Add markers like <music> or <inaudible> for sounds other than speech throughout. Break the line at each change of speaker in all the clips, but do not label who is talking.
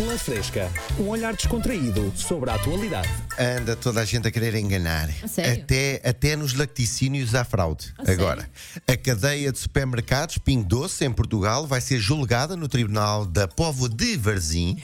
Linha Fresca, um olhar descontraído sobre a atualidade.
Anda toda a gente a querer enganar.
A sério?
Até, até nos laticínios há fraude.
A sério?
Agora, a cadeia de supermercados Pingo Doce, em Portugal, vai ser julgada no Tribunal da Povo de
<laughs>
Varzim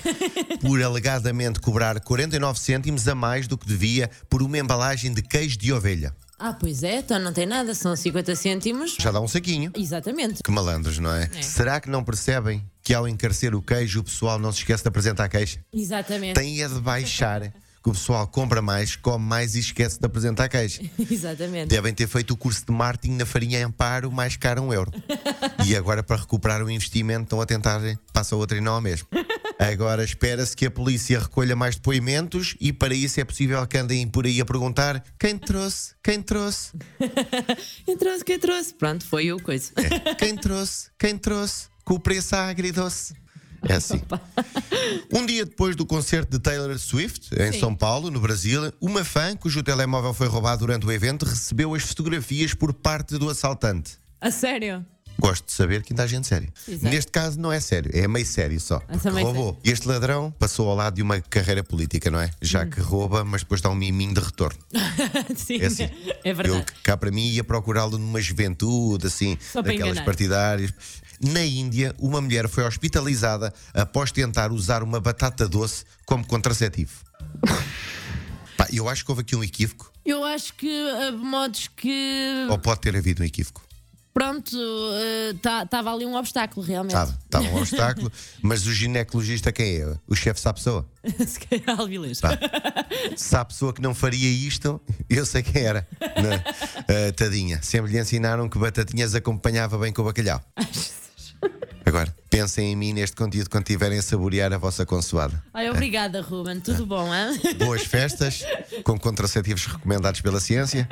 por alegadamente cobrar 49 cêntimos a mais do que devia por uma embalagem de queijo de ovelha.
Ah, pois é, então não tem nada, são 50 cêntimos.
Já dá um saquinho.
Exatamente.
Que malandros, não é?
É.
Será que não percebem que ao encarecer o queijo o pessoal não se esquece de apresentar a queixa?
Exatamente.
Tem é de baixar. Que o pessoal compra mais, come mais e esquece de apresentar a queixa.
Exatamente.
Devem ter feito o curso de marketing na farinha Amparo mais caro um euro. E agora, para recuperar o investimento, estão a tentar passa outra e não a mesma. Agora espera-se que a polícia recolha mais depoimentos e para isso é possível que andem por aí a perguntar quem trouxe, quem trouxe,
Quem trouxe, quem trouxe? Pronto, foi o coisa.
quem trouxe, quem trouxe, com o preço agridoce. É assim. Um dia depois do concerto de Taylor Swift, em São Paulo, no Brasil, uma fã cujo telemóvel foi roubado durante o evento recebeu as fotografias por parte do assaltante.
<laughs> A sério? <laughs>
Gosto de saber que ainda há gente séria.
Exato.
Neste caso não é sério, é meio sério só. Porque
meio
roubou. Este ladrão passou ao lado de uma carreira política, não é? Já
Hum.
que rouba, mas depois dá um miminho de retorno.
Sim,
É assim.
é
Eu
verdade.
cá para mim ia procurá-lo numa juventude, assim,
Só para
daquelas
enganar.
partidárias. Na Índia, uma mulher foi hospitalizada após tentar usar uma batata doce como
<laughs>
contraceptivo. Pá, eu acho que houve aqui um equívoco,
Eu, acho que há modos que.
ou pode ter havido um equívoco.
Pronto, estava ali um obstáculo realmente.
Estava, estava um obstáculo, mas o ginecologista quem é? O chefe sabe pessoa?
<laughs> Se calhar alvilês.
Tá. Se há pessoa que não faria isto, eu sei quem era. né? Ah, tadinha. Sempre lhe ensinaram que batatinhas acompanhava bem com o bacalhau. Agora, pensem em mim neste conteúdo quando estiverem a saborear a vossa consoada.
Ai, obrigada, Ruben.
É.
Tudo bom, hã? <laughs>
Boas festas, com contraceptivos recomendados pela ciência.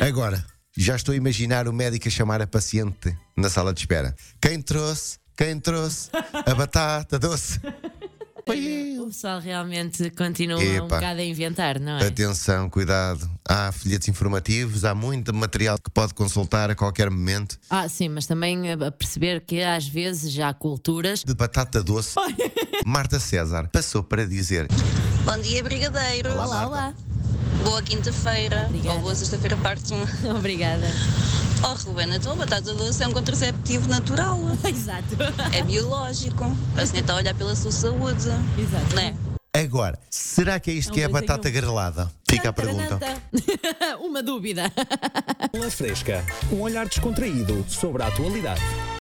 Agora, já estou a imaginar o médico a chamar a paciente na sala de espera. Quem trouxe? Quem trouxe? A batata doce. Foi eu.
O pessoal realmente continua um
Epa.
bocado a inventar, não é?
Atenção, cuidado. Há folhetos informativos, há muito material que pode consultar a qualquer momento.
Ah, sim, mas também a a perceber que às vezes já há culturas. <laughs>
De batata doce, Marta César passou para dizer:
Bom dia, Brigadeiro.
Olá, olá.
Boa quinta-feira.
Obrigada.
Ou boa sexta-feira, parte 1.
Obrigada. <laughs>
Oh, Ruben, a tua batata doce é um
<laughs>
contraceptivo natural.
Exato.
É biológico. A senhora está a olhar pela sua saúde.
Exato.
Não é?
Agora, será que é isto
É um
que é a
dois em
batata
um.
grelada? Fica a pergunta.
<laughs> Uma dúvida.
Linha Fresca, um olhar descontraído sobre a atualidade.